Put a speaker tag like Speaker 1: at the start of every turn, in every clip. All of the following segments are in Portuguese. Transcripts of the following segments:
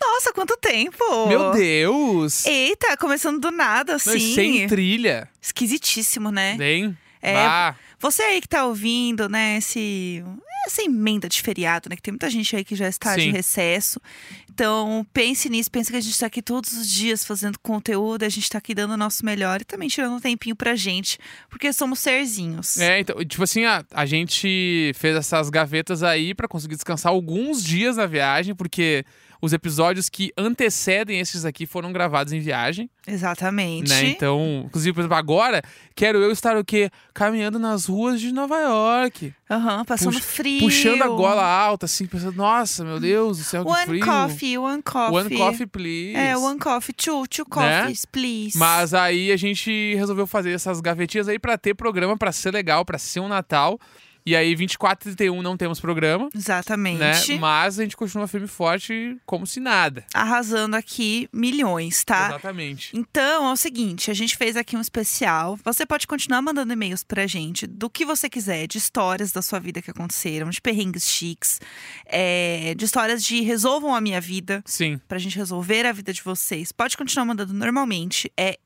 Speaker 1: Nossa, quanto tempo!
Speaker 2: Meu Deus!
Speaker 1: Eita, começando do nada,
Speaker 2: Não,
Speaker 1: assim.
Speaker 2: Sem trilha,
Speaker 1: Esquisitíssimo, né?
Speaker 2: hein?
Speaker 1: É,
Speaker 2: Bah.
Speaker 1: Você aí que tá ouvindo, né, esse, essa emenda de feriado, né? Que tem muita gente aí que já está de
Speaker 2: Sim.
Speaker 1: recesso. Então, pense nisso, pense que a gente tá aqui todos os dias fazendo conteúdo, a gente tá aqui dando o nosso melhor e também tirando um tempinho pra gente, porque somos serzinhos.
Speaker 2: É, então, tipo assim, a, a gente fez essas gavetas aí pra conseguir descansar alguns dias na viagem, porque os episódios que antecedem esses aqui foram gravados em viagem,
Speaker 1: Exatamente.
Speaker 2: né? Então, inclusive, por exemplo, agora quero eu estar o quê? Caminhando nas ruas de Nova York,
Speaker 1: Aham, passando
Speaker 2: Puxa-
Speaker 1: frio.
Speaker 2: puxando a gola alta assim, pensando, nossa, meu Deus do céu, que
Speaker 1: One
Speaker 2: frio.
Speaker 1: coffee, one coffee.
Speaker 2: One coffee, please.
Speaker 1: É, one coffee, two, two coffees, please.
Speaker 2: Mas aí a gente resolveu fazer essas gavetinhas aí pra ter programa, pra ser legal, pra ser um Natal. E aí 24 e 31 não temos programa, né?
Speaker 1: Exatamente.
Speaker 2: Mas a gente continua firme e forte como se nada.
Speaker 1: Arrasando aqui milhões, tá?
Speaker 2: Exatamente.
Speaker 1: Então, é o seguinte, a gente fez aqui um especial. Você pode continuar mandando e-mails pra gente do que você quiser, de histórias da sua vida que aconteceram, de perrengues chiques, é, de histórias de resolvam a minha vida,
Speaker 2: Sim.
Speaker 1: pra gente resolver a vida de vocês. Pode continuar mandando normalmente, é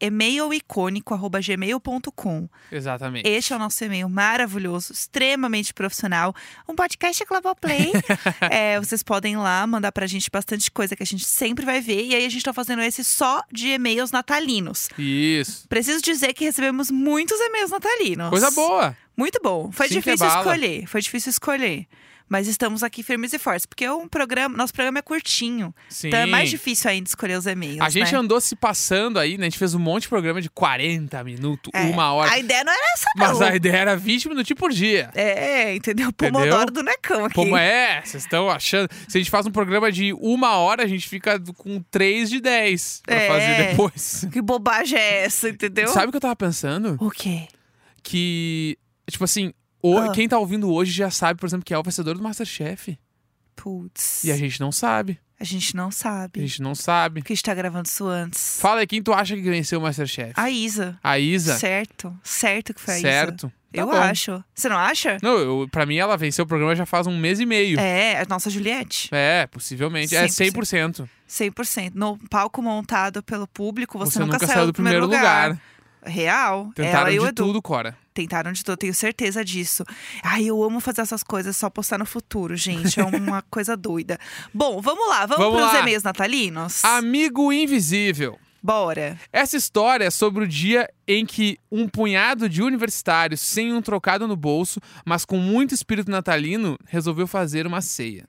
Speaker 1: e-mailicônico.gmail.com.
Speaker 2: Exatamente.
Speaker 1: Este é o nosso e-mail maravilhoso, extremamente profissional. Um podcast Glavoplay. é, vocês podem ir lá mandar pra gente bastante coisa que a gente sempre vai ver. E aí a gente tá fazendo esse só de e-mails natalinos.
Speaker 2: Isso.
Speaker 1: Preciso dizer que recebemos muitos e-mails natalinos.
Speaker 2: Coisa boa.
Speaker 1: Muito bom. Foi
Speaker 2: Sim, que
Speaker 1: difícil
Speaker 2: é bala.
Speaker 1: escolher. Foi difícil escolher. Mas estamos aqui firmes e fortes, porque é um programa, nosso programa é curtinho.
Speaker 2: Sim.
Speaker 1: Então é mais difícil ainda escolher os e-mails.
Speaker 2: a gente
Speaker 1: né?
Speaker 2: andou se passando aí, né? A gente fez um monte de programa de 40 minutos,
Speaker 1: É.
Speaker 2: uma hora.
Speaker 1: A ideia não era essa, não.
Speaker 2: Mas a ideia era 20 minutos por dia.
Speaker 1: É, entendeu?
Speaker 2: Entendeu?
Speaker 1: Pomodoro do Necão aqui.
Speaker 2: Como é? Vocês estão achando? Se a gente faz um programa de uma hora, a gente fica com três de 10 pra
Speaker 1: É.
Speaker 2: fazer depois.
Speaker 1: Que bobagem é essa, entendeu?
Speaker 2: Sabe o que eu tava pensando?
Speaker 1: O quê?
Speaker 2: Que, tipo assim, o-
Speaker 1: Ah.
Speaker 2: quem tá ouvindo hoje já sabe, por exemplo, que é o vencedor do Masterchef.
Speaker 1: Putz.
Speaker 2: E a gente não sabe.
Speaker 1: A gente não
Speaker 2: A
Speaker 1: sabe.
Speaker 2: gente não sabe.
Speaker 1: Porque a gente tá gravando isso antes.
Speaker 2: Fala aí quem tu acha que venceu o Masterchef.
Speaker 1: A Isa.
Speaker 2: A Isa.
Speaker 1: Certo. Certo que foi a Isa.
Speaker 2: certo. Tá
Speaker 1: Eu
Speaker 2: bom.
Speaker 1: acho. Você não acha?
Speaker 2: Não, eu, pra mim ela venceu o programa já faz um mês e meio.
Speaker 1: É, a nossa Juliette.
Speaker 2: É, possivelmente. É 100%.
Speaker 1: 100%. No palco montado pelo público, você,
Speaker 2: nunca, saiu do primeiro lugar.
Speaker 1: Real.
Speaker 2: Tentaram
Speaker 1: Ela e o
Speaker 2: de
Speaker 1: Edu.
Speaker 2: tudo, Cora.
Speaker 1: Tentaram de tudo, tenho certeza disso. Ai, eu amo fazer essas coisas, só postar no futuro, gente. É uma coisa doida. Bom, vamos lá. Vamos,
Speaker 2: Vamos
Speaker 1: pros
Speaker 2: lá.
Speaker 1: e-mails natalinos?
Speaker 2: Amigo Invisível.
Speaker 1: Bora.
Speaker 2: Essa história é sobre o dia em que um punhado de universitários, sem um trocado no bolso, mas com muito espírito natalino, resolveu fazer uma ceia.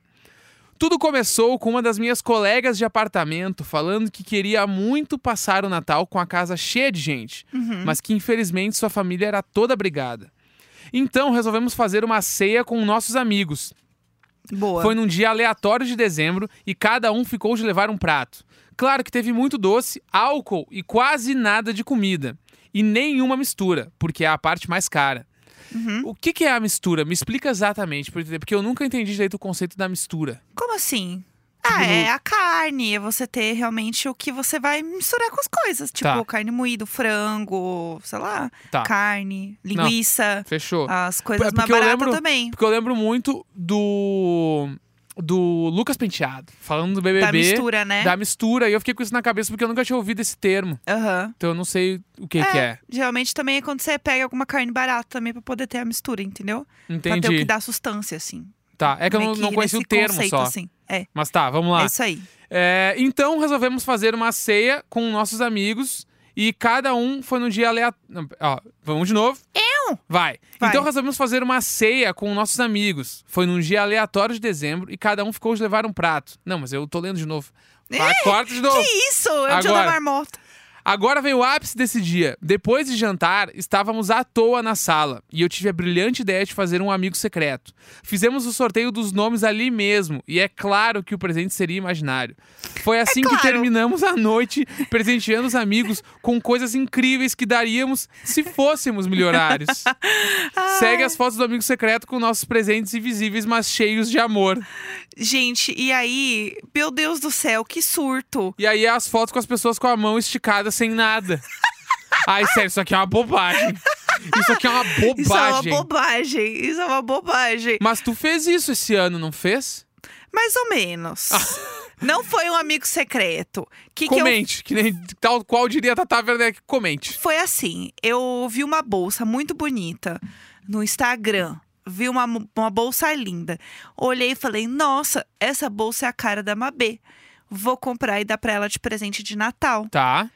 Speaker 2: Tudo começou com uma das minhas colegas de apartamento falando que queria muito passar o Natal com a casa cheia de gente, mas que infelizmente sua família era toda brigada. Então resolvemos fazer uma ceia com nossos amigos,
Speaker 1: Boa.
Speaker 2: foi num dia aleatório de dezembro e cada um ficou de levar um prato. Claro que teve muito doce, álcool e quase nada de comida. E nenhuma mistura, porque é a parte mais cara.
Speaker 1: Uhum.
Speaker 2: O que, que é a mistura? Me explica exatamente, pra eu entender, porque eu nunca entendi direito o conceito da mistura.
Speaker 1: Como assim? Ah, é a carne. É você ter realmente o que você vai misturar com as coisas. Tipo,
Speaker 2: Tá.
Speaker 1: carne moída, frango, sei lá.
Speaker 2: Tá.
Speaker 1: Carne, linguiça,
Speaker 2: Fechou.
Speaker 1: as coisas
Speaker 2: Porque
Speaker 1: mais
Speaker 2: eu
Speaker 1: baratas
Speaker 2: lembro-
Speaker 1: também.
Speaker 2: Porque eu lembro muito do. do Lucas Penteado, falando do BBB.
Speaker 1: Da mistura, né?
Speaker 2: da mistura, e eu fiquei com isso na cabeça porque eu nunca tinha ouvido esse termo.
Speaker 1: Aham.
Speaker 2: Então eu não sei o que é. Que é.
Speaker 1: Geralmente também é quando você pega alguma carne barata também pra poder ter a mistura, entendeu? Pra ter o
Speaker 2: é. Entendi.
Speaker 1: que dá sustância, assim.
Speaker 2: Tá. É que eu
Speaker 1: Meio
Speaker 2: não, não conhecia o
Speaker 1: nesse
Speaker 2: termo
Speaker 1: conceito,
Speaker 2: só.
Speaker 1: Assim. É,
Speaker 2: Mas tá, vamos lá.
Speaker 1: é isso aí.
Speaker 2: É, então resolvemos fazer uma ceia com nossos amigos e cada um foi num dia aleatório. Ó, vamos de novo. Eu! Vai.
Speaker 1: Vai.
Speaker 2: Então resolvemos fazer uma ceia com nossos amigos. Foi num dia aleatório de dezembro e cada um ficou de levar um prato. Não, mas eu tô lendo de novo. Vai, corta de novo.
Speaker 1: Que isso? É o dia da
Speaker 2: Agora.
Speaker 1: marmota.
Speaker 2: Agora veio o ápice desse dia. Depois de jantar, estávamos à toa na sala e eu tive a brilhante ideia de fazer um amigo secreto. Fizemos o sorteio dos nomes ali mesmo e é claro que o presente seria imaginário. Foi assim
Speaker 1: claro.
Speaker 2: que terminamos a noite presenteando os amigos com coisas incríveis que daríamos se fôssemos milionários. Segue as fotos do amigo secreto com nossos presentes invisíveis, mas cheios de amor.
Speaker 1: Gente, e aí? Meu Deus do céu, que surto.
Speaker 2: E aí é as fotos com as pessoas com a mão esticada sem nada. Ai, sério, isso aqui é uma bobagem. Isso aqui é uma bobagem.
Speaker 1: Isso é uma bobagem. Isso é uma bobagem.
Speaker 2: Mas tu fez isso esse ano, não fez? Ah.
Speaker 1: Mais ou menos. Não foi um amigo secreto. Que que eu
Speaker 2: comente, que nem tal qual diria a Tata Werneck, comente.
Speaker 1: Foi assim, eu vi uma bolsa muito bonita no Instagram. Vi uma, mo- uma bolsa linda. Olhei e falei, nossa, essa bolsa é a cara da Mabê. Vou comprar e dar pra ela de presente de Natal.
Speaker 2: Tá.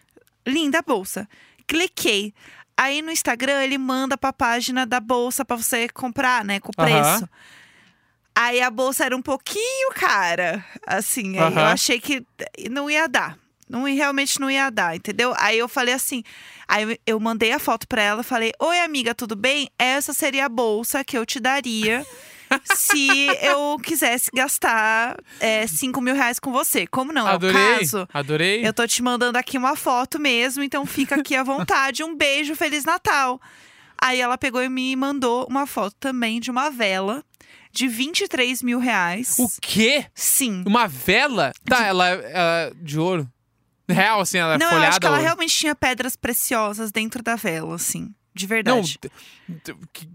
Speaker 1: Linda a bolsa. Cliquei. Aí no Instagram ele manda pra página da bolsa pra você comprar, né? Com o
Speaker 2: Aham.
Speaker 1: preço. Aí a bolsa era um pouquinho cara. Assim, aí eu
Speaker 2: Aham.
Speaker 1: achei que não ia dar. Não, ia- realmente não ia dar, entendeu? Aí eu falei assim. Aí eu- eu mandei a foto pra ela, falei: Oi, amiga, tudo bem? Essa seria a bolsa que eu te daria se eu quisesse gastar 5 mil reais com você. Como não? É o
Speaker 2: adorei.
Speaker 1: caso.
Speaker 2: Adorei.
Speaker 1: Eu tô te mandando aqui uma foto mesmo, então fica aqui à vontade. Um beijo, Feliz Natal. Aí ela pegou e me mandou uma foto também de uma vela de 23 mil reais.
Speaker 2: O quê?
Speaker 1: Sim.
Speaker 2: Uma vela? Tá, ela, ela de ouro. Real, assim, ela é
Speaker 1: Não, eu
Speaker 2: folhada.
Speaker 1: acho que ela
Speaker 2: ouro.
Speaker 1: realmente tinha pedras preciosas dentro da vela, assim. De
Speaker 2: Não,
Speaker 1: verdade.
Speaker 2: t- t- que,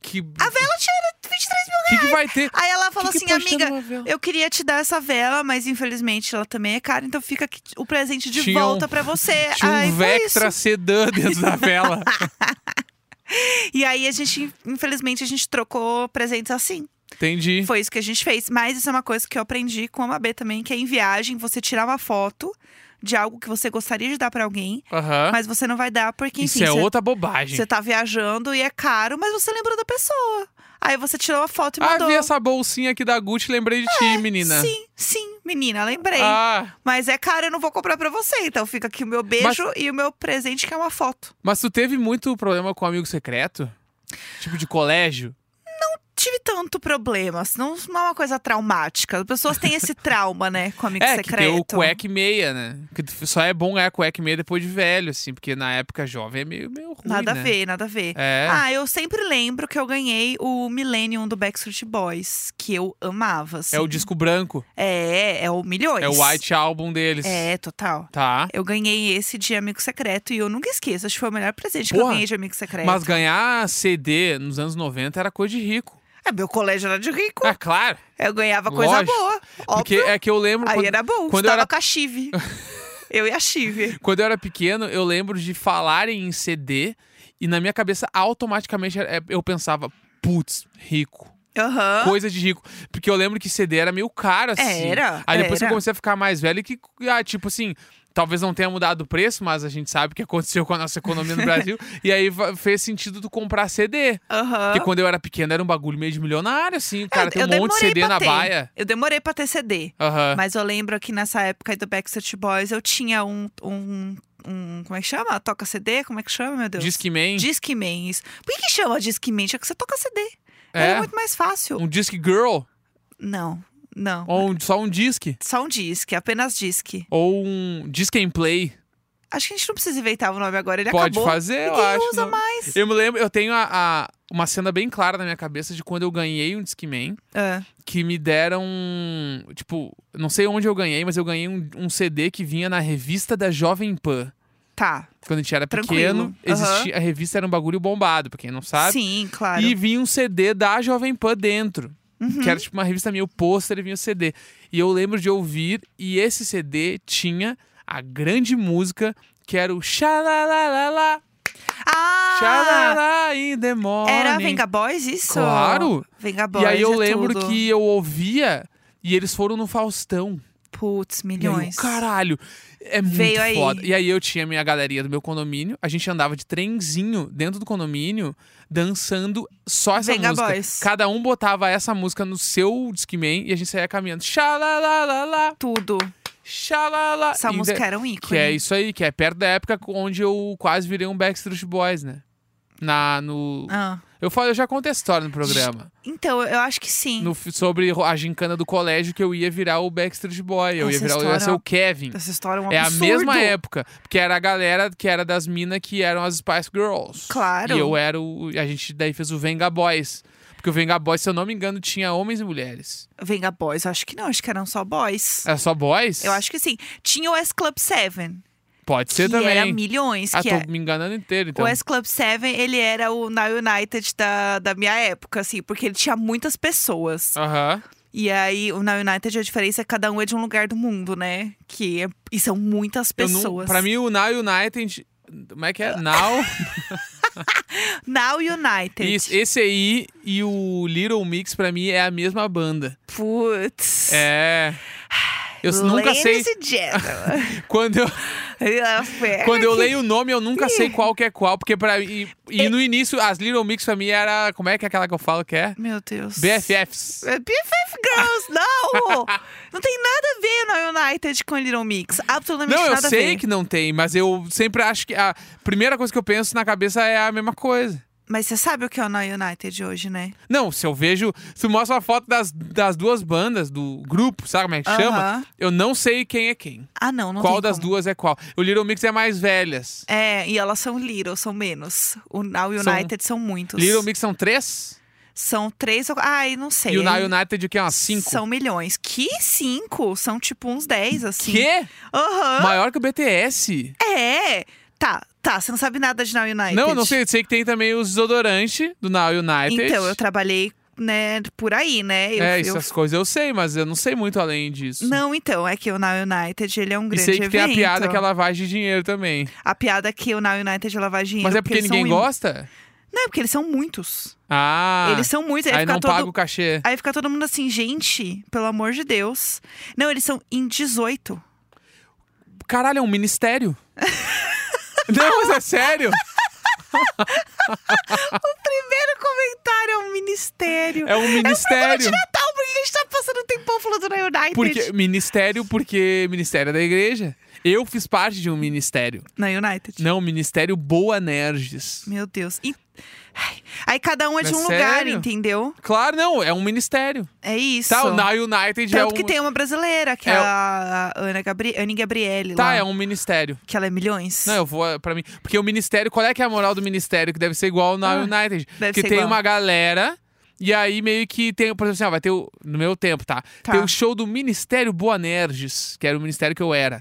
Speaker 2: que, a vela
Speaker 1: 23 mil.
Speaker 2: que, que vai ter?
Speaker 1: Aí ela falou
Speaker 2: que tá que
Speaker 1: é. assim,
Speaker 2: pode ter
Speaker 1: amiga,
Speaker 2: numa vela?
Speaker 1: eu queria te dar essa vela, mas infelizmente ela também é cara, então fica aqui o presente de
Speaker 2: Tinha um-
Speaker 1: volta pra você.
Speaker 2: Tinha um
Speaker 1: Aí é, foi isso.
Speaker 2: Vectra sedã dentro da vela.
Speaker 1: E aí a gente, infelizmente, a gente trocou presentes assim.
Speaker 2: Entendi.
Speaker 1: Foi isso que a gente fez. Mas isso é uma coisa que eu aprendi com a Mabê também, que é em viagem você tirar uma foto de algo que você gostaria de dar pra alguém,
Speaker 2: Aham.
Speaker 1: mas você não vai dar porque, enfim,
Speaker 2: Ah. Isso é
Speaker 1: você,
Speaker 2: outra bobagem.
Speaker 1: você tá viajando e é caro, mas você lembrou da pessoa. Aí você tirou a foto e
Speaker 2: Ah,
Speaker 1: mandou. Ah,
Speaker 2: vi essa bolsinha aqui da Gucci, lembrei de ti, menina.
Speaker 1: Sim, sim, menina, lembrei.
Speaker 2: Ah,
Speaker 1: Mas é caro, eu não vou comprar pra você. Então fica aqui o meu beijo e o meu presente, que é uma foto.
Speaker 2: mas tu teve muito problema com amigo secreto? Tipo de colégio?
Speaker 1: Tive tanto problema, não não é uma coisa traumática. As pessoas têm esse trauma, né, com amigo
Speaker 2: é, que
Speaker 1: secreto.
Speaker 2: tem o cueca e meia, né? Que tu- só é bom ganhar cueca e meia depois de velho, assim, porque na época jovem é meio, meio ruim,
Speaker 1: Nada
Speaker 2: né?
Speaker 1: a ver, nada a ver.
Speaker 2: É.
Speaker 1: Ah, eu sempre lembro que eu ganhei o Millennium do Backstreet Boys, que eu amava. assim.
Speaker 2: é o disco branco.
Speaker 1: É, é o Milhões.
Speaker 2: É o White Album deles.
Speaker 1: É, total.
Speaker 2: Tá.
Speaker 1: Eu ganhei esse de Amigo Secreto e eu nunca esqueço. Acho que foi o melhor presente que eu
Speaker 2: Porra,
Speaker 1: ganhei de Amigo Secreto.
Speaker 2: Mas ganhar CD nos anos 90 era coisa de rico.
Speaker 1: É, meu colégio era de rico.
Speaker 2: É claro.
Speaker 1: Eu ganhava coisa
Speaker 2: lógico.
Speaker 1: boa.
Speaker 2: Porque
Speaker 1: Óbvio.
Speaker 2: é que eu lembro.
Speaker 1: Aí
Speaker 2: quando-
Speaker 1: era bom.
Speaker 2: quando eu
Speaker 1: Estava
Speaker 2: era-
Speaker 1: com a Chive. eu e a Chive.
Speaker 2: Quando eu era pequeno, eu lembro de falarem em CD e na minha cabeça automaticamente é- eu pensava, putz, rico.
Speaker 1: Aham.
Speaker 2: Coisa de rico. Porque eu lembro que CD era meio caro, assim.
Speaker 1: Era,
Speaker 2: Aí depois que eu
Speaker 1: era.
Speaker 2: comecei a ficar mais velho, que, ah, tipo assim, talvez não tenha mudado o preço, mas a gente sabe o que aconteceu com a nossa economia no Brasil. e aí va- fez sentido tu comprar CD.
Speaker 1: Aham.
Speaker 2: Porque quando eu era pequeno era um bagulho meio de milionário, assim. O cara
Speaker 1: eu,
Speaker 2: tem
Speaker 1: eu
Speaker 2: um monte de
Speaker 1: demorei
Speaker 2: CD
Speaker 1: pra
Speaker 2: na
Speaker 1: ter.
Speaker 2: baia.
Speaker 1: Eu demorei pra ter CD.
Speaker 2: Aham.
Speaker 1: Mas eu lembro que nessa época aí do Backstreet Boys eu tinha um, um, um- Como é que chama? Toca CD? Como é que chama, meu Deus?
Speaker 2: Discman.
Speaker 1: Discman. isso. Por que, que chama Discman? É que você toca CD.
Speaker 2: É.
Speaker 1: Era muito mais fácil.
Speaker 2: Um disc girl.
Speaker 1: Não, não.
Speaker 2: Ou um- só um disc.
Speaker 1: Só um disque, apenas disque.
Speaker 2: Ou um disc em play.
Speaker 1: Acho que a gente não precisa inventar o nome agora, ele
Speaker 2: Pode
Speaker 1: acabou.
Speaker 2: fazer, eu
Speaker 1: Ninguém
Speaker 2: acho.
Speaker 1: usa
Speaker 2: não.
Speaker 1: mais.
Speaker 2: Eu me lembro, eu tenho a- a- uma cena bem clara na minha cabeça de quando eu ganhei um Discman,
Speaker 1: Ah,
Speaker 2: que me deram, tipo, não sei onde eu ganhei, mas eu ganhei um, um CD que vinha na revista da Jovem Pan.
Speaker 1: tá.
Speaker 2: Quando a gente era
Speaker 1: Tranquilo,
Speaker 2: pequeno, existia, a revista era um bagulho bombado, pra quem não sabe.
Speaker 1: Sim, claro.
Speaker 2: E vinha um CD da Jovem Pan dentro. Que era tipo uma revista minha, o pôster e vinha o CD. E eu lembro de ouvir, e esse CD tinha a grande música que era o Xalalalala,
Speaker 1: Ah!
Speaker 2: Xalala in the morning.
Speaker 1: Era Venga Boys isso?
Speaker 2: Claro.
Speaker 1: Venga Boys.
Speaker 2: E aí eu
Speaker 1: é
Speaker 2: lembro
Speaker 1: tudo.
Speaker 2: que eu ouvia e eles foram no Faustão.
Speaker 1: Putz,
Speaker 2: E aí eu,
Speaker 1: milhões.
Speaker 2: caralho, é muito
Speaker 1: Veio aí.
Speaker 2: foda. E aí eu tinha minha galeria do meu condomínio, a gente andava de trenzinho dentro do condomínio, dançando só essa
Speaker 1: Venga
Speaker 2: música.
Speaker 1: Boys.
Speaker 2: Cada um botava essa música no seu Discman e a gente saía caminhando. Xalalalala,
Speaker 1: Tudo.
Speaker 2: xalala.
Speaker 1: Essa
Speaker 2: E
Speaker 1: música
Speaker 2: da-
Speaker 1: era um ícone.
Speaker 2: Que é isso aí, que é perto da época onde eu quase virei um Backstreet Boys, né? Na, no...
Speaker 1: Ah.
Speaker 2: Eu, falo, eu já contei a história no programa.
Speaker 1: Então, eu acho que sim.
Speaker 2: no fi- sobre a gincana do colégio que eu ia virar o Backstreet Boy. Eu ia
Speaker 1: Essa
Speaker 2: virar o- eu ia
Speaker 1: história
Speaker 2: ser
Speaker 1: é
Speaker 2: o Kevin.
Speaker 1: Essa história é um
Speaker 2: É a
Speaker 1: absurdo.
Speaker 2: mesma época, porque era a galera que era das minas que eram as Spice Girls.
Speaker 1: Claro.
Speaker 2: E eu era o. A gente daí fez o Venga Boys. Porque o Venga Boys, se eu não me engano, tinha homens e mulheres.
Speaker 1: Venga Boys, eu acho que não, acho que eram só boys.
Speaker 2: Era só boys?
Speaker 1: Eu acho que sim. Tinha o S Club 7,
Speaker 2: Pode ser
Speaker 1: que
Speaker 2: também.
Speaker 1: era milhões,
Speaker 2: ah,
Speaker 1: que
Speaker 2: tô
Speaker 1: é-
Speaker 2: me enganando inteiro, então.
Speaker 1: O S Club 7, ele
Speaker 2: Ah.
Speaker 1: era o Na United da, da minha época, assim, porque ele tinha muitas pessoas.
Speaker 2: Aham.
Speaker 1: E E aí, o- na United, a diferença é que cada um é de um lugar do mundo, né? Que é- e são muitas
Speaker 2: Eu não-
Speaker 1: pessoas.
Speaker 2: pra mim, o Now United. Como é que é? Now.
Speaker 1: Now United.
Speaker 2: Isso, esse aí e o Little Mix, pra mim, é a mesma banda.
Speaker 1: Putz.
Speaker 2: É. Eu nunca sei.
Speaker 1: Ladies and gentlemen.
Speaker 2: Quando eu,
Speaker 1: Affair.
Speaker 2: quando eu leio o nome, eu nunca sei qual que é qual. Porque pra mim. E, e
Speaker 1: É
Speaker 2: no início, as Little Mix pra mim era. Como é que é aquela que eu falo que é?
Speaker 1: Meu Deus.
Speaker 2: BFFs.
Speaker 1: É BFF Girls, não! não tem nada a ver na United com Little Mix. Absolutamente
Speaker 2: Não, eu
Speaker 1: nada a
Speaker 2: sei
Speaker 1: ver.
Speaker 2: que não tem, mas eu sempre acho que a primeira coisa que eu penso na cabeça é a mesma coisa.
Speaker 1: Mas você sabe o que é o Na United hoje, né?
Speaker 2: Não, se eu vejo. Se tu mostra uma foto das, das duas bandas, do grupo, sabe como é que chama?
Speaker 1: Aham.
Speaker 2: Eu não sei quem é quem.
Speaker 1: Ah, não, não
Speaker 2: qual
Speaker 1: tem
Speaker 2: das
Speaker 1: como.
Speaker 2: duas é qual. O Little Mix é mais velhas.
Speaker 1: É, e elas são Little, são menos. O Now
Speaker 2: São-
Speaker 1: United são, muitos.
Speaker 2: Little Mix são três?
Speaker 1: São três ou. Ai, não sei.
Speaker 2: E o Na United o que? Umas cinco?
Speaker 1: São milhões. Que cinco? São tipo uns dez, assim.
Speaker 2: Quê?
Speaker 1: Aham.
Speaker 2: Maior que o BTS?
Speaker 1: É. Tá, tá. Você não sabe nada de Now United.
Speaker 2: Não, eu não sei. Eu sei que tem também os desodorantes do Now United.
Speaker 1: Então, eu trabalhei, né, por aí, né? Eu,
Speaker 2: É,
Speaker 1: eu-
Speaker 2: essas coisas eu sei, mas eu não sei muito além disso.
Speaker 1: Não, então, é que o Now United, ele é um
Speaker 2: E
Speaker 1: grande
Speaker 2: sei que tem a
Speaker 1: evento.
Speaker 2: piada que é a lavagem de dinheiro também.
Speaker 1: A piada é que o Now United é lavar dinheiro.
Speaker 2: Mas é porque
Speaker 1: eles são
Speaker 2: ninguém
Speaker 1: im-
Speaker 2: gosta?
Speaker 1: Não, é porque eles são muitos.
Speaker 2: Ah,
Speaker 1: eles são muitos.
Speaker 2: aí
Speaker 1: fica
Speaker 2: não
Speaker 1: todo...
Speaker 2: paga o cachê.
Speaker 1: Aí fica todo mundo assim, gente, pelo amor de Deus. Não, eles são em 18.
Speaker 2: Caralho, é um ministério. não, mas é sério.
Speaker 1: Primeiro comentário é um ministério.
Speaker 2: É um
Speaker 1: Programa
Speaker 2: ministério.
Speaker 1: de Natal, por que a gente tá passando tempo falando na United?
Speaker 2: Porque, ministério porque ministério é da igreja. Eu fiz parte de um ministério.
Speaker 1: Na United.
Speaker 2: Não, ministério Boa Nerges.
Speaker 1: Meu Deus. E- Ai. Aí cada um é de
Speaker 2: É
Speaker 1: um lugar,
Speaker 2: sério?
Speaker 1: entendeu?
Speaker 2: Claro, não, é um ministério.
Speaker 1: É isso.
Speaker 2: Tá, o Na United é
Speaker 1: Tanto
Speaker 2: um.
Speaker 1: que tem uma brasileira, que é,
Speaker 2: É o-
Speaker 1: a Ana Gabri... Anne Gabriele
Speaker 2: Tá,
Speaker 1: lá.
Speaker 2: é um ministério.
Speaker 1: Que ela é milhões.
Speaker 2: Não, eu vou pra mim. Porque o ministério, qual é que é a moral do ministério? Que deve ser igual ao na
Speaker 1: Ah,
Speaker 2: United.
Speaker 1: deve
Speaker 2: que
Speaker 1: ser
Speaker 2: tem
Speaker 1: igual.
Speaker 2: uma galera. E aí meio que tem, por exemplo, assim, ó, vai ter o, no meu tempo, tá?
Speaker 1: Tá.
Speaker 2: Tem o show do Ministério Boanerges, que era o ministério que eu era.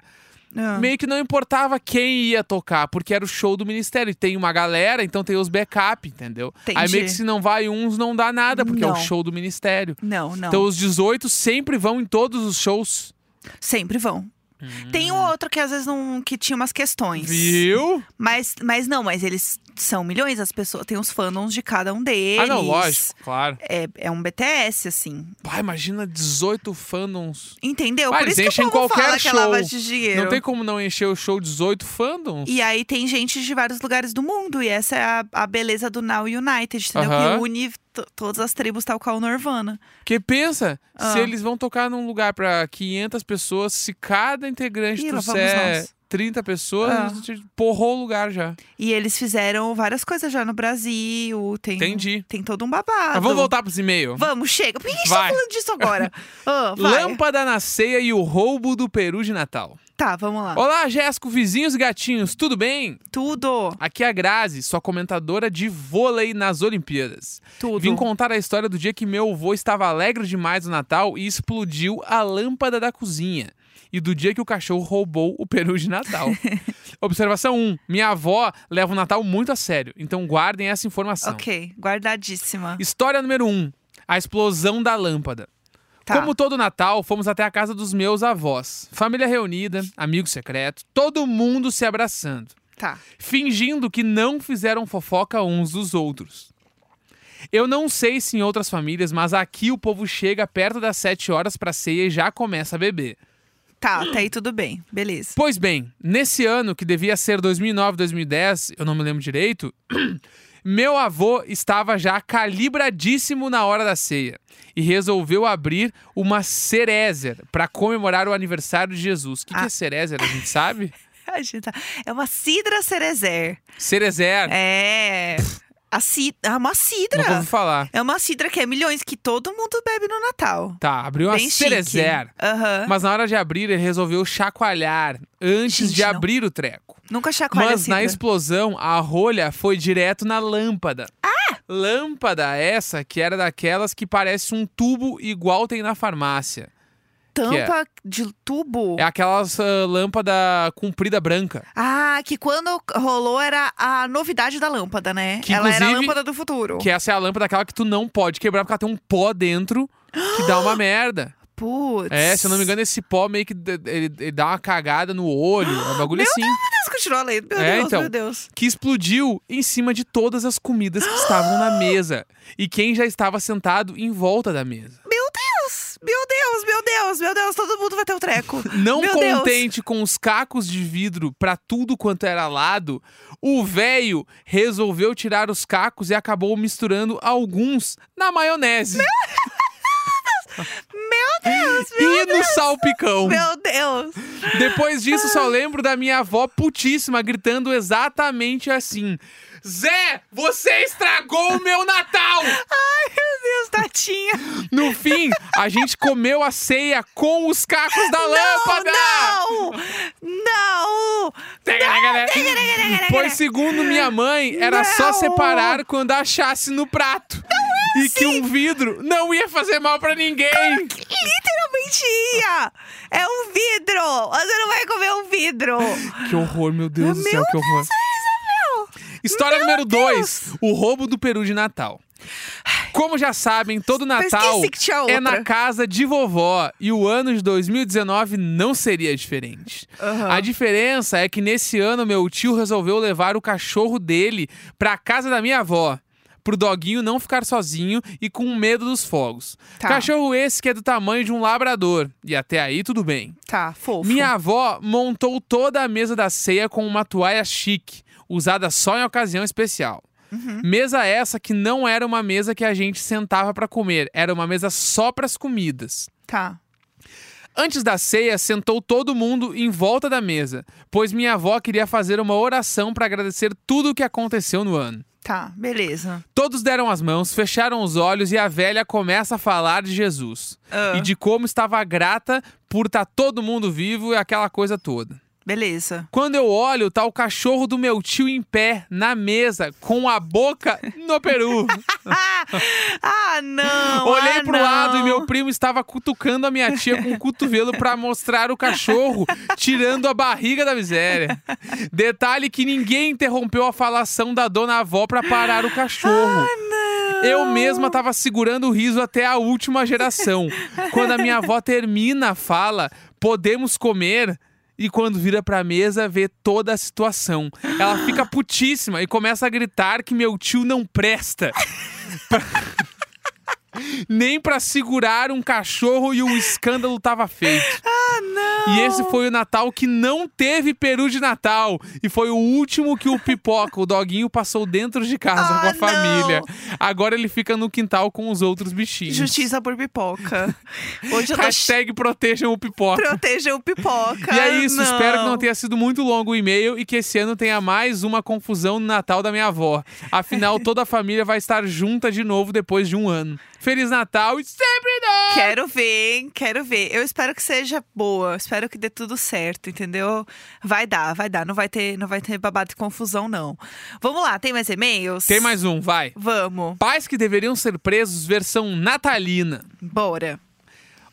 Speaker 1: Ah.
Speaker 2: Meio que não importava quem ia tocar, porque era o show do ministério. E tem uma galera, então tem os backup, entendeu? Aí
Speaker 1: Entendi.
Speaker 2: meio que se não vai uns, não dá nada, porque é o
Speaker 1: Não.
Speaker 2: show do ministério.
Speaker 1: Não, não.
Speaker 2: Então os 18 sempre vão em todos os shows.
Speaker 1: Sempre vão.
Speaker 2: Hum.
Speaker 1: Tem um outro que às vezes não. que tinha umas questões.
Speaker 2: Viu?
Speaker 1: Mas, mas não, mas eles são milhões, as pessoas. Tem os fandoms de cada um deles.
Speaker 2: Ah, não, lógico, claro.
Speaker 1: É, é um BTS, assim.
Speaker 2: Pai, imagina 18 fandoms.
Speaker 1: Entendeu?
Speaker 2: Ah,
Speaker 1: Por
Speaker 2: eles
Speaker 1: isso que
Speaker 2: enchem
Speaker 1: o povo
Speaker 2: qualquer
Speaker 1: fala que é
Speaker 2: show.
Speaker 1: lavagem de dinheiro.
Speaker 2: Não tem como não encher o show 18 fandoms?
Speaker 1: E aí tem gente de vários lugares do mundo. E essa é a, a beleza do Now United, entendeu?
Speaker 2: Aham.
Speaker 1: Que une to- todas as tribos, tal qual o Nirvana.
Speaker 2: Porque pensa,
Speaker 1: Ah.
Speaker 2: se eles vão tocar num lugar pra 500 pessoas, se cada integrante
Speaker 1: Ih, lá vamos
Speaker 2: trouxer
Speaker 1: nós.
Speaker 2: 30 pessoas,
Speaker 1: Ah.
Speaker 2: porrou o lugar já.
Speaker 1: E eles fizeram várias coisas já no Brasil. Tem,
Speaker 2: Entendi.
Speaker 1: Tem todo um babado.
Speaker 2: Mas vamos voltar pros e-mails.
Speaker 1: Vamos, chega. Por que a gente
Speaker 2: Vai.
Speaker 1: tá falando disso agora? Ah, vai.
Speaker 2: Lâmpada na ceia e o roubo do Peru de Natal.
Speaker 1: Tá, vamos lá.
Speaker 2: Olá, Jéssico, vizinhos e gatinhos, tudo bem?
Speaker 1: Tudo,
Speaker 2: Aqui é a Grazi, sua comentadora de vôlei nas Olimpíadas.
Speaker 1: tudo.
Speaker 2: Vim contar a história do dia que meu avô estava alegre demais no Natal e explodiu a lâmpada da cozinha. E do dia que o cachorro roubou o peru de Natal. Observação 1. Minha avó leva o Natal muito a sério, então guardem essa informação.
Speaker 1: Ok, guardadíssima.
Speaker 2: História número 1. A explosão da lâmpada.
Speaker 1: Tá.
Speaker 2: Como todo Natal, fomos até a casa dos meus avós. Família reunida, amigo secreto, todo mundo se abraçando
Speaker 1: Tá.
Speaker 2: fingindo que não fizeram fofoca uns dos outros. Eu não sei se em outras famílias, mas aqui o povo chega perto das 7 horas pra ceia e já começa a beber.
Speaker 1: Tá, até aí tudo bem. Beleza.
Speaker 2: Pois bem, nesse ano que devia ser 2009, 2010, eu não me lembro direito, meu avô estava já calibradíssimo na hora da ceia e resolveu abrir uma cerezer pra comemorar o aniversário de Jesus. O que, que é
Speaker 1: Ah.
Speaker 2: cerezer, a gente sabe?
Speaker 1: A gente tá- É uma cidra cerezer.
Speaker 2: Cerezer,
Speaker 1: É. A ci... É uma
Speaker 2: nunca
Speaker 1: cidra.
Speaker 2: ouvi falar.
Speaker 1: É uma cidra que é milhões, que todo mundo bebe no Natal.
Speaker 2: Tá, abriu uma
Speaker 1: Bem chique.
Speaker 2: cerezer.
Speaker 1: Aham.
Speaker 2: Mas na hora de abrir, ele resolveu chacoalhar antes
Speaker 1: Gente,
Speaker 2: de
Speaker 1: não.
Speaker 2: abrir o treco.
Speaker 1: Nunca chacoalha a
Speaker 2: Mas
Speaker 1: cidra.
Speaker 2: na explosão, a rolha foi direto na lâmpada. Ah! Lâmpada essa que era daquelas que parece um tubo igual tem na farmácia. que é?
Speaker 1: tampa de tubo.
Speaker 2: É aquelas ah, lâmpada comprida branca.
Speaker 1: Ah, que quando rolou era a novidade da lâmpada, né?
Speaker 2: Que,
Speaker 1: Ela era a
Speaker 2: inclusive,
Speaker 1: lâmpada do futuro.
Speaker 2: Que essa é a lâmpada aquela que tu não pode quebrar porque ela tem um pó dentro que dá uma merda.
Speaker 1: Putz.
Speaker 2: É, se eu não me engano, esse pó meio que d- ele, ele dá uma cagada no olho, é um bagulho assim.
Speaker 1: Deus, continua lendo. Meu
Speaker 2: É,
Speaker 1: Deus,
Speaker 2: então.
Speaker 1: meu Deus.
Speaker 2: Que explodiu em cima de todas as comidas que estavam na mesa e quem já estava sentado em volta da mesa.
Speaker 1: Deus, Meu Deus, meu Deus, meu Deus, todo mundo vai ter um treco.
Speaker 2: Não
Speaker 1: Meu Deus.
Speaker 2: contente com os cacos de vidro pra tudo quanto era lado, o véio resolveu tirar os cacos e acabou misturando alguns na maionese
Speaker 1: Deus, meu,
Speaker 2: e no salpicão.
Speaker 1: meu Deus.
Speaker 2: Depois disso, só lembro da minha avó putíssima gritando exatamente assim: Zé, você estragou o meu Natal!
Speaker 1: Meu Deus, tatinha.
Speaker 2: No fim, a gente comeu a ceia com os cacos da lâmpada!
Speaker 1: Oh, Não! Não!
Speaker 2: Pois, segundo minha mãe, era só
Speaker 1: Não!
Speaker 2: separar quando achasse no prato. e que um vidro não ia fazer mal pra ninguém.
Speaker 1: Literalmente ia! É um vidro! Você não vai comer um vidro!
Speaker 2: Que horror, É meu Deus do
Speaker 1: Meu
Speaker 2: céu, que horror.
Speaker 1: Isabel!
Speaker 2: História número
Speaker 1: Deus!
Speaker 2: 2: o roubo do peru de Natal. Como já sabem, todo Natal
Speaker 1: esqueci que tinha outra.
Speaker 2: é na casa de vovó e o ano de 2019 não seria diferente.
Speaker 1: Aham.
Speaker 2: A diferença é que nesse ano meu tio resolveu levar o cachorro dele pra casa da minha avó. Pro doguinho não ficar sozinho e com medo dos fogos.
Speaker 1: Tá.
Speaker 2: Cachorro esse que é do tamanho de um labrador. E até aí tudo bem.
Speaker 1: Tá, fofo.
Speaker 2: Minha avó montou toda a mesa da ceia com uma toalha chique, usada só em ocasião especial. Mesa essa que não era uma mesa que a gente sentava pra comer, era uma mesa só pras comidas.
Speaker 1: Tá.
Speaker 2: Antes da ceia, sentou todo mundo em volta da mesa, pois minha avó queria fazer uma oração pra agradecer tudo o que aconteceu no ano.
Speaker 1: Tá, beleza.
Speaker 2: Todos deram as mãos, fecharam os olhos e a velha começa a falar de Jesus
Speaker 1: Ah.
Speaker 2: e de como estava grata por estar todo mundo vivo e aquela coisa toda.
Speaker 1: Beleza.
Speaker 2: Quando eu olho, tá o cachorro do meu tio em pé, na mesa, com a boca no peru.
Speaker 1: Ah, ah, não!
Speaker 2: Olhei
Speaker 1: ah,
Speaker 2: pro
Speaker 1: não.
Speaker 2: lado e meu primo estava cutucando a minha tia com o cotovelo pra mostrar o cachorro, tirando a barriga da miséria. Detalhe que ninguém interrompeu a falação da dona avó pra parar o cachorro.
Speaker 1: Ah,
Speaker 2: Eu mesma tava segurando o riso até a última geração. Quando a minha avó termina a fala, podemos comer. E quando vira pra mesa, vê toda a situação. Ela fica putíssima e começa a gritar que meu tio não presta. Pra- Nem pra segurar um cachorro e um escândalo tava feito.
Speaker 1: Ah, não!
Speaker 2: E esse foi o Natal que não teve peru de Natal. E foi o último que o Pipoca, o doguinho, passou dentro de casa
Speaker 1: Ah,
Speaker 2: com a
Speaker 1: não.
Speaker 2: família. Agora ele fica no quintal com os outros bichinhos.
Speaker 1: Justiça por pipoca. Hoje eu tô
Speaker 2: Hashtag protejam o Pipoca.
Speaker 1: proteger o pipoca.
Speaker 2: E é isso,
Speaker 1: não.
Speaker 2: espero que não tenha sido muito longo o e-mail e que esse ano tenha mais uma confusão no Natal da minha avó. Afinal, toda a família vai estar junta de novo depois de um ano. Feliz Natal e sempre nós!
Speaker 1: Quero ver, hein? Quero ver. Eu espero que seja boa. Espero que dê tudo certo, entendeu? Vai dar, vai dar. Não vai ter, não vai ter babado e confusão, não. Vamos lá, tem mais e-mails?
Speaker 2: Tem mais um, vai.
Speaker 1: Vamos,
Speaker 2: Pais que deveriam ser presos, versão natalina.
Speaker 1: bora.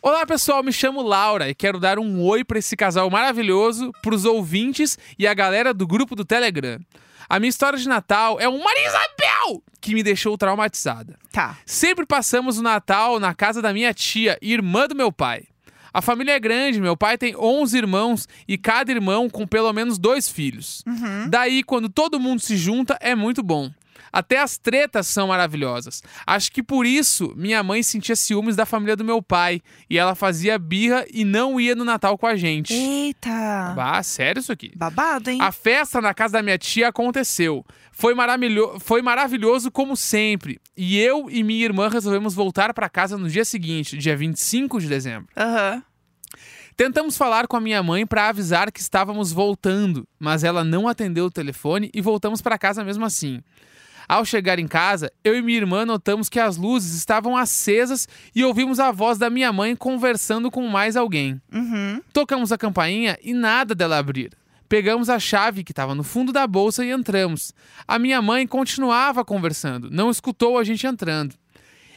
Speaker 2: Olá pessoal, me chamo Laura e quero dar um oi pra esse casal maravilhoso, pros ouvintes e a galera do grupo do Telegram. A minha história de Natal é um Maria Isabel que me deixou traumatizada.
Speaker 1: Tá.
Speaker 2: Sempre passamos o Natal na casa da minha tia, irmã do meu pai. A família é grande, meu pai tem 11 irmãos e cada irmão com pelo menos dois filhos. Daí, quando todo mundo se junta, é muito bom. Até as tretas são maravilhosas. Acho que por isso minha mãe sentia ciúmes da família do meu pai e ela fazia birra e não ia no Natal com a gente.
Speaker 1: Eita.
Speaker 2: Ah, sério isso aqui?
Speaker 1: Babado, hein?
Speaker 2: A festa na casa da minha tia aconteceu. Foi, maravilho- foi maravilhoso como sempre. E eu e minha irmã resolvemos voltar para casa no dia seguinte, dia 25 de dezembro.
Speaker 1: Aham.
Speaker 2: Tentamos falar com a minha mãe para avisar que estávamos voltando, mas ela não atendeu o telefone e voltamos para casa mesmo assim. Ao chegar em casa, eu e minha irmã notamos que as luzes estavam acesas e ouvimos a voz da minha mãe conversando com mais alguém.
Speaker 1: Uhum.
Speaker 2: Tocamos a campainha e nada dela abrir. Pegamos a chave que estava no fundo da bolsa e entramos. A minha mãe continuava conversando, não escutou a gente entrando.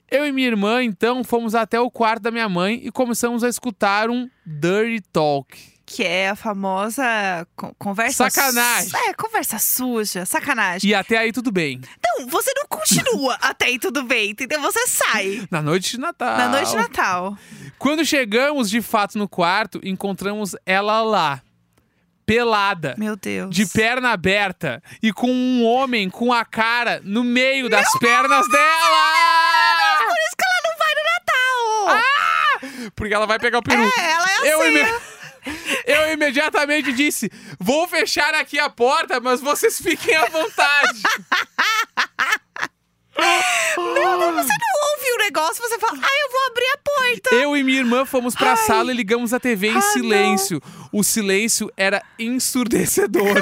Speaker 2: Eu e minha irmã, então, fomos até o quarto da minha mãe e começamos a escutar um Dirty Talk.
Speaker 1: Que é a famosa con- conversa.
Speaker 2: Sacanagem.
Speaker 1: su- É, conversa suja, sacanagem.
Speaker 2: E até aí tudo bem.
Speaker 1: Então, você não continua até aí tudo bem, entendeu? Você sai
Speaker 2: Na noite de Natal.
Speaker 1: na noite de Natal.
Speaker 2: Quando chegamos de fato no quarto, encontramos ela lá, pelada,
Speaker 1: Meu Deus.
Speaker 2: de perna aberta e com um homem com a cara no meio das pernas dela!
Speaker 1: Por isso que ela não vai no Natal!
Speaker 2: Porque ela vai pegar o peru.
Speaker 1: Ah, é, ela é assim.
Speaker 2: Ah, Eu, ime- Eu imediatamente disse: vou fechar aqui a porta, mas vocês fiquem à vontade.
Speaker 1: Você não ouve o negócio, você fala, ah, eu vou abrir a porta.
Speaker 2: Eu e minha irmã fomos pra sala e ligamos a TV em
Speaker 1: Ah,
Speaker 2: silêncio. O silêncio era ensurdecedor.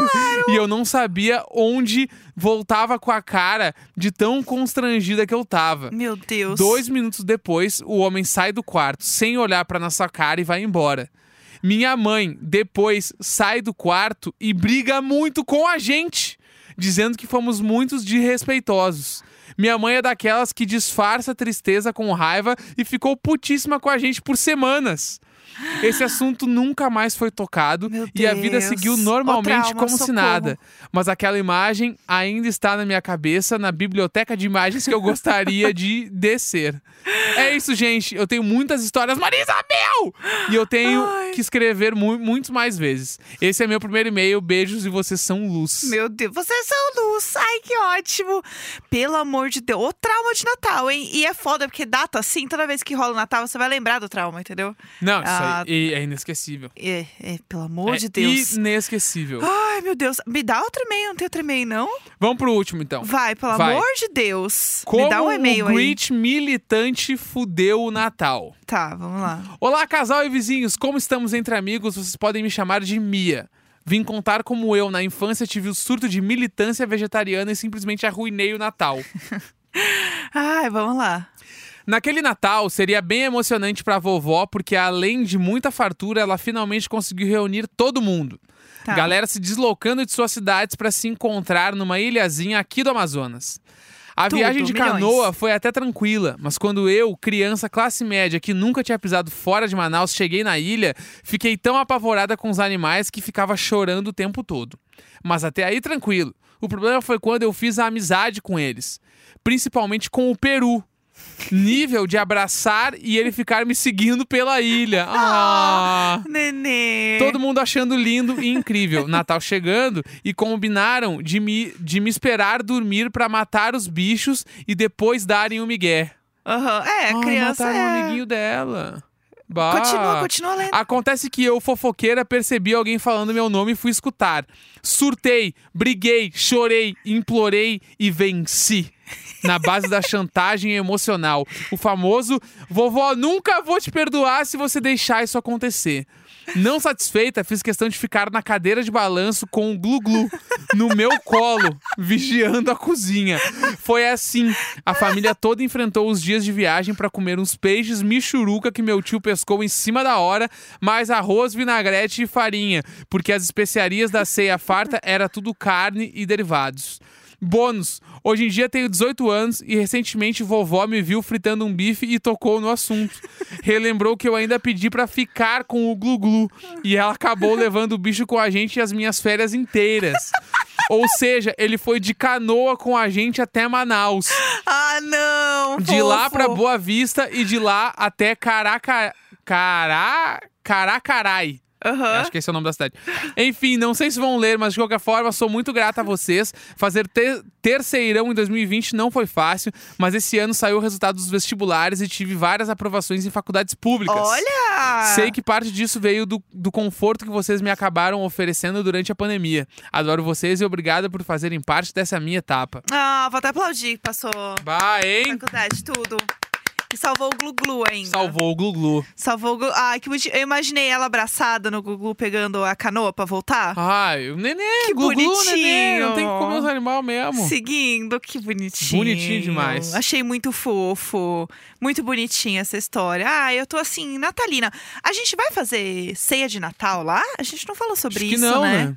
Speaker 2: E eu não sabia onde voltava com a cara de tão constrangida que eu tava.
Speaker 1: Meu Deus.
Speaker 2: Dois minutos depois, o homem sai do quarto, sem olhar pra nossa cara e vai embora. Minha mãe, depois, sai do quarto e briga muito com a gente, dizendo que fomos muitos desrespeitosos. Minha mãe é daquelas que disfarça tristeza com raiva e ficou putíssima com a gente por semanas. Esse assunto nunca mais foi tocado
Speaker 1: Meu
Speaker 2: e a vida
Speaker 1: Deus.
Speaker 2: seguiu
Speaker 1: Ó
Speaker 2: normalmente
Speaker 1: trauma,
Speaker 2: como se
Speaker 1: socorro.
Speaker 2: nada. Mas aquela imagem ainda está na minha cabeça, na biblioteca de imagens que eu gostaria de descer. É isso, gente. Eu tenho muitas histórias. Marisa, meu! E eu tenho
Speaker 1: Ai.
Speaker 2: que escrever mu muitos mais vezes. Esse é meu primeiro e-mail. Beijos e vocês são luz.
Speaker 1: Meu Deus, vocês são luz. Ai, que ótimo. Pelo amor de Deus. O trauma de Natal, hein? E é foda, porque data assim, toda vez que rola o Natal, você vai lembrar do trauma, entendeu?
Speaker 2: Não, isso
Speaker 1: Ah.
Speaker 2: aí é inesquecível.
Speaker 1: É, é, pelo amor
Speaker 2: é
Speaker 1: de Deus.
Speaker 2: Inesquecível.
Speaker 1: Ai, meu Deus. Me dá outro e-mail, não tem outro e-mail, não?
Speaker 2: Vamos pro último, então.
Speaker 1: Vai, pelo
Speaker 2: Vai.
Speaker 1: amor de Deus.
Speaker 2: Como
Speaker 1: Me dá um e-mail
Speaker 2: o
Speaker 1: aí.
Speaker 2: Grinch militante fudeu o Natal?
Speaker 1: Tá, vamos lá.
Speaker 2: Olá, casal e vizinhos, como estamos entre amigos, vocês podem me chamar de Mia. Vim contar como eu, na infância, tive o surto de militância vegetariana e simplesmente arruinei o Natal.
Speaker 1: Ai, vamos lá.
Speaker 2: Naquele Natal, seria bem emocionante pra vovó, porque além de muita fartura, ela finalmente conseguiu reunir todo mundo.
Speaker 1: Tá.
Speaker 2: Galera se deslocando de suas cidades pra se encontrar numa ilhazinha aqui do Amazonas. A
Speaker 1: Tudo,
Speaker 2: viagem de
Speaker 1: milhões.
Speaker 2: canoa foi até tranquila, mas quando eu, criança classe média que nunca tinha pisado fora de Manaus, cheguei na ilha, fiquei tão apavorada com os animais que ficava chorando o tempo todo. Mas até aí tranquilo. O problema foi quando eu fiz a amizade com eles, principalmente com o peru. Nível de abraçar e ele ficar me seguindo pela ilha. Ah!
Speaker 1: Nenê.
Speaker 2: Todo mundo achando lindo e incrível. Natal chegando e combinaram de me, de me esperar dormir pra matar os bichos e depois darem o migué.
Speaker 1: Aham, É,
Speaker 2: Ai,
Speaker 1: criança.
Speaker 2: Mataram o
Speaker 1: é.
Speaker 2: amiguinho Ah. dela. Bah.
Speaker 1: Continua, continua lendo.
Speaker 2: Acontece que eu, fofoqueira, percebi alguém falando meu nome e fui escutar. Surtei, briguei, chorei, implorei e venci. Na base da chantagem emocional. O famoso vovó, nunca vou te perdoar se você deixar isso acontecer. Não satisfeita, fiz questão de ficar na cadeira de balanço com o glu-glu no meu colo, vigiando a cozinha. Foi assim. A família toda enfrentou os dias de viagem para comer uns peixes michuruca que meu tio pescou em cima da hora, mais arroz, vinagrete e farinha, porque as especiarias da ceia farta era tudo carne e derivados. Bônus. Hoje em dia tenho 18 anos e recentemente vovó me viu fritando um bife e tocou no assunto. Relembrou que eu ainda pedi pra ficar com o glu-glu e ela acabou levando o bicho com a gente as minhas férias inteiras. Ou seja, ele foi de canoa com a gente até Manaus.
Speaker 1: Ah, não.
Speaker 2: De lá
Speaker 1: fofo.
Speaker 2: pra Boa Vista e de lá até Caraca... Cará... Caracarai.
Speaker 1: Aham.
Speaker 2: Acho que esse é o nome da cidade. Enfim, não sei se vão ler, mas de qualquer forma, sou muito grata a vocês. Fazer te terceirão em 2020 não foi fácil, mas esse ano saiu o resultado dos vestibulares e tive várias aprovações em faculdades públicas.
Speaker 1: Olha!
Speaker 2: Sei que parte disso veio do, do conforto que vocês me acabaram oferecendo durante a pandemia. Adoro vocês e obrigada por fazerem parte dessa minha etapa.
Speaker 1: Ah, vou até aplaudir que passou
Speaker 2: Bah, hein?
Speaker 1: faculdade, tudo. E salvou o Glu-Glu ainda.
Speaker 2: Salvou o Glu-Glu.
Speaker 1: Salvou o Glu... Ai, que bonitinho. Eu imaginei ela abraçada no Glu-Glu pegando a canoa pra voltar.
Speaker 2: Ai, o neném,
Speaker 1: Que
Speaker 2: Glu-Glu, neném. Não
Speaker 1: bonitinho.
Speaker 2: tem que comer os animais mesmo.
Speaker 1: Seguindo, que bonitinho.
Speaker 2: Bonitinho demais.
Speaker 1: Achei muito fofo. Muito bonitinha essa história. Ah, eu tô assim, Natalina. A gente vai fazer ceia de Natal lá? A gente não falou sobre
Speaker 2: Acho que
Speaker 1: isso,
Speaker 2: não, né?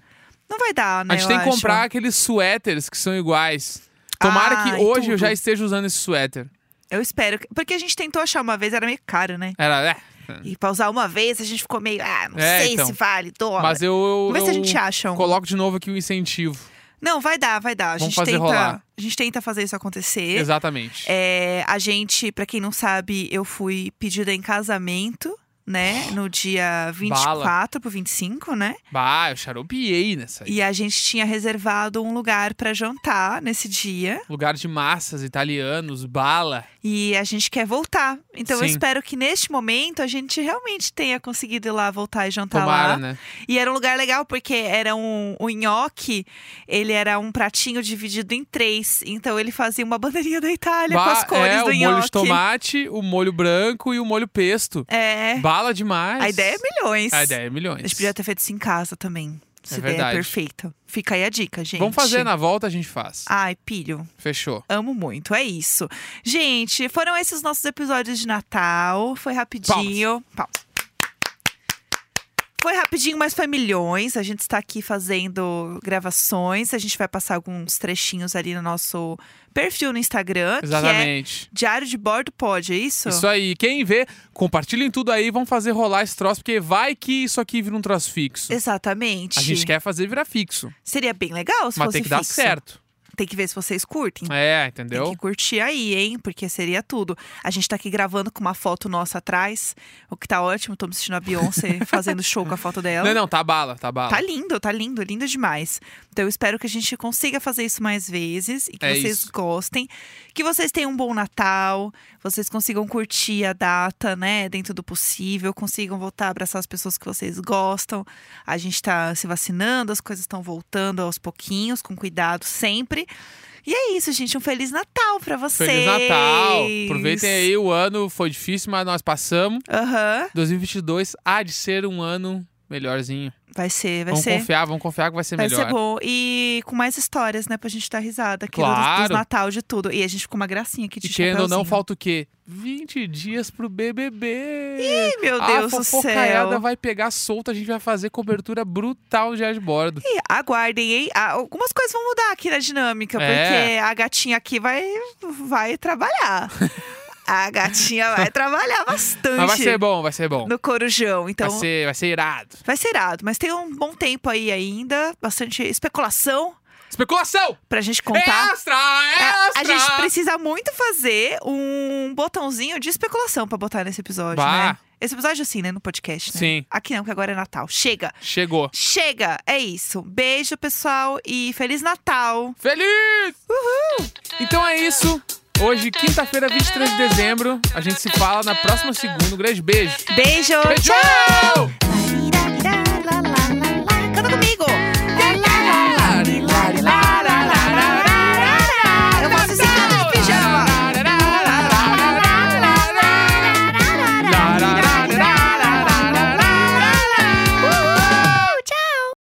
Speaker 1: Não vai dar, né?
Speaker 2: A gente
Speaker 1: eu
Speaker 2: tem que
Speaker 1: acho.
Speaker 2: comprar aqueles suéteres que são iguais. Tomara
Speaker 1: Ah,
Speaker 2: que
Speaker 1: e
Speaker 2: hoje
Speaker 1: tudo.
Speaker 2: eu já esteja usando esse suéter.
Speaker 1: Eu espero. que- Porque a gente tentou achar uma vez, era meio caro, né?
Speaker 2: Era, é.
Speaker 1: E pra usar uma vez, a gente ficou meio, ah, não
Speaker 2: É,
Speaker 1: sei
Speaker 2: então.
Speaker 1: se vale, dólar.
Speaker 2: Mas eu. eu
Speaker 1: Vamos ver se a
Speaker 2: eu
Speaker 1: gente acha um.
Speaker 2: Coloco de novo aqui o incentivo.
Speaker 1: Não, vai dar, vai dar. A
Speaker 2: Vamos
Speaker 1: gente,
Speaker 2: fazer
Speaker 1: tenta,
Speaker 2: rolar.
Speaker 1: a gente tenta fazer isso acontecer.
Speaker 2: Exatamente.
Speaker 1: É, a gente, pra quem não sabe, eu fui pedida em casamento, né? No dia 24 pro 25, né?
Speaker 2: Bah, eu xaropiei nessa Tá aí.
Speaker 1: E a gente tinha reservado um lugar pra jantar nesse dia.
Speaker 2: Lugar de massas, italianos, bala.
Speaker 1: E a gente quer voltar. Então eu
Speaker 2: Sim.
Speaker 1: espero que neste momento a gente realmente tenha conseguido ir lá voltar e jantar
Speaker 2: Tomara,
Speaker 1: Tá lá.
Speaker 2: né?
Speaker 1: E era um lugar legal porque era um o nhoque, ele era um pratinho dividido em três. Então ele fazia uma bandeirinha da Itália com
Speaker 2: Bah,
Speaker 1: as cores
Speaker 2: é,
Speaker 1: do
Speaker 2: o
Speaker 1: nhoque.
Speaker 2: molho de tomate, o molho branco e o molho pesto.
Speaker 1: É.
Speaker 2: Bala demais.
Speaker 1: A ideia é milhões.
Speaker 2: A ideia é
Speaker 1: A
Speaker 2: milhões.
Speaker 1: gente podia ter feito isso em casa também. Essa
Speaker 2: É
Speaker 1: ideia
Speaker 2: verdade.
Speaker 1: é perfeita. Fica aí a dica, gente. Ah,
Speaker 2: Vamos fazer, na volta a gente faz.
Speaker 1: Ai, pilho.
Speaker 2: Fechou.
Speaker 1: Amo muito, é isso. Gente, foram esses nossos episódios de Natal. Foi rapidinho. Palmas. Foi rapidinho, mas foi milhões. A gente está aqui fazendo gravações. A gente vai passar alguns trechinhos ali no nosso perfil no Instagram, que é
Speaker 2: Exatamente.
Speaker 1: Diário de Bordo Pode, é isso?
Speaker 2: Isso aí. Quem vê, compartilhem tudo aí. Vamos fazer rolar esse troço, porque vai que isso aqui vira um troço fixo.
Speaker 1: Exatamente.
Speaker 2: A gente quer fazer virar fixo.
Speaker 1: Seria bem legal se
Speaker 2: mas
Speaker 1: fosse
Speaker 2: tem que dar
Speaker 1: fixo.
Speaker 2: certo.
Speaker 1: Tem que ver se vocês curtem.
Speaker 2: É,
Speaker 1: Tem
Speaker 2: entendeu?
Speaker 1: que curtir aí, hein? Porque seria tudo. A gente tá aqui gravando com uma foto nossa atrás, o que tá ótimo. Tô me assistindo a Beyoncé fazendo show com a foto dela.
Speaker 2: Não, não, tá bala, tá bala.
Speaker 1: um Tá lindo, tá lindo, lindo demais. Então eu espero que a gente consiga fazer isso mais vezes e que
Speaker 2: É
Speaker 1: vocês
Speaker 2: isso.
Speaker 1: gostem. Que vocês tenham um bom Natal, vocês consigam curtir a data, né? Dentro do possível, consigam voltar a abraçar as pessoas que vocês gostam. A gente tá se vacinando, as coisas estão voltando aos pouquinhos, com cuidado sempre. E é isso, gente. Um Feliz Natal pra vocês.
Speaker 2: Feliz Natal. Aproveitem aí o ano. Foi difícil, mas nós passamos.
Speaker 1: Aham.
Speaker 2: 2022 há de ser um ano melhorzinho.
Speaker 1: Vai ser, vai
Speaker 2: vamos
Speaker 1: ser.
Speaker 2: confiar, vamos confiar que vai ser
Speaker 1: Vai
Speaker 2: melhor.
Speaker 1: ser bom. E com mais histórias, né? Pra gente dar risada aqui
Speaker 2: Claro.
Speaker 1: dos, dos Natal, de tudo. E a gente ficou uma gracinha aqui de
Speaker 2: E querendo ou
Speaker 1: chapeuzinho.
Speaker 2: não, falta o quê? 20 dias pro BBB.
Speaker 1: Ih, meu
Speaker 2: a
Speaker 1: Deus do
Speaker 2: fofocaiada
Speaker 1: céu.
Speaker 2: vai pegar solta, a gente vai fazer cobertura brutal de ar de bordo.
Speaker 1: Ih, aguardem, hein? Ah, Algumas coisas vão mudar aqui na dinâmica,
Speaker 2: É.
Speaker 1: porque a gatinha aqui vai, vai trabalhar. a gatinha vai trabalhar bastante
Speaker 2: Mas vai ser bom, vai ser bom.
Speaker 1: no Corujão. Então,
Speaker 2: Vai, ser, vai ser irado.
Speaker 1: vai ser irado. Mas tem um bom tempo aí ainda, bastante especulação
Speaker 2: Especulação!
Speaker 1: pra gente contar.
Speaker 2: Extra!
Speaker 1: A-
Speaker 2: Extra!
Speaker 1: A gente precisa muito fazer um botãozinho de especulação pra botar nesse episódio,
Speaker 2: Bah.
Speaker 1: né? Esse episódio assim, né? No podcast, né?
Speaker 2: Sim.
Speaker 1: Aqui não, que agora é Natal. Chega!
Speaker 2: Chegou.
Speaker 1: Chega! É isso. Beijo, pessoal, e Feliz Natal!
Speaker 2: Feliz! Então é isso. Hoje, quinta-feira, 23 de dezembro. A gente se fala na próxima segunda. Um grande beijo.
Speaker 1: Beijo!
Speaker 2: Beijo!
Speaker 1: Tchau!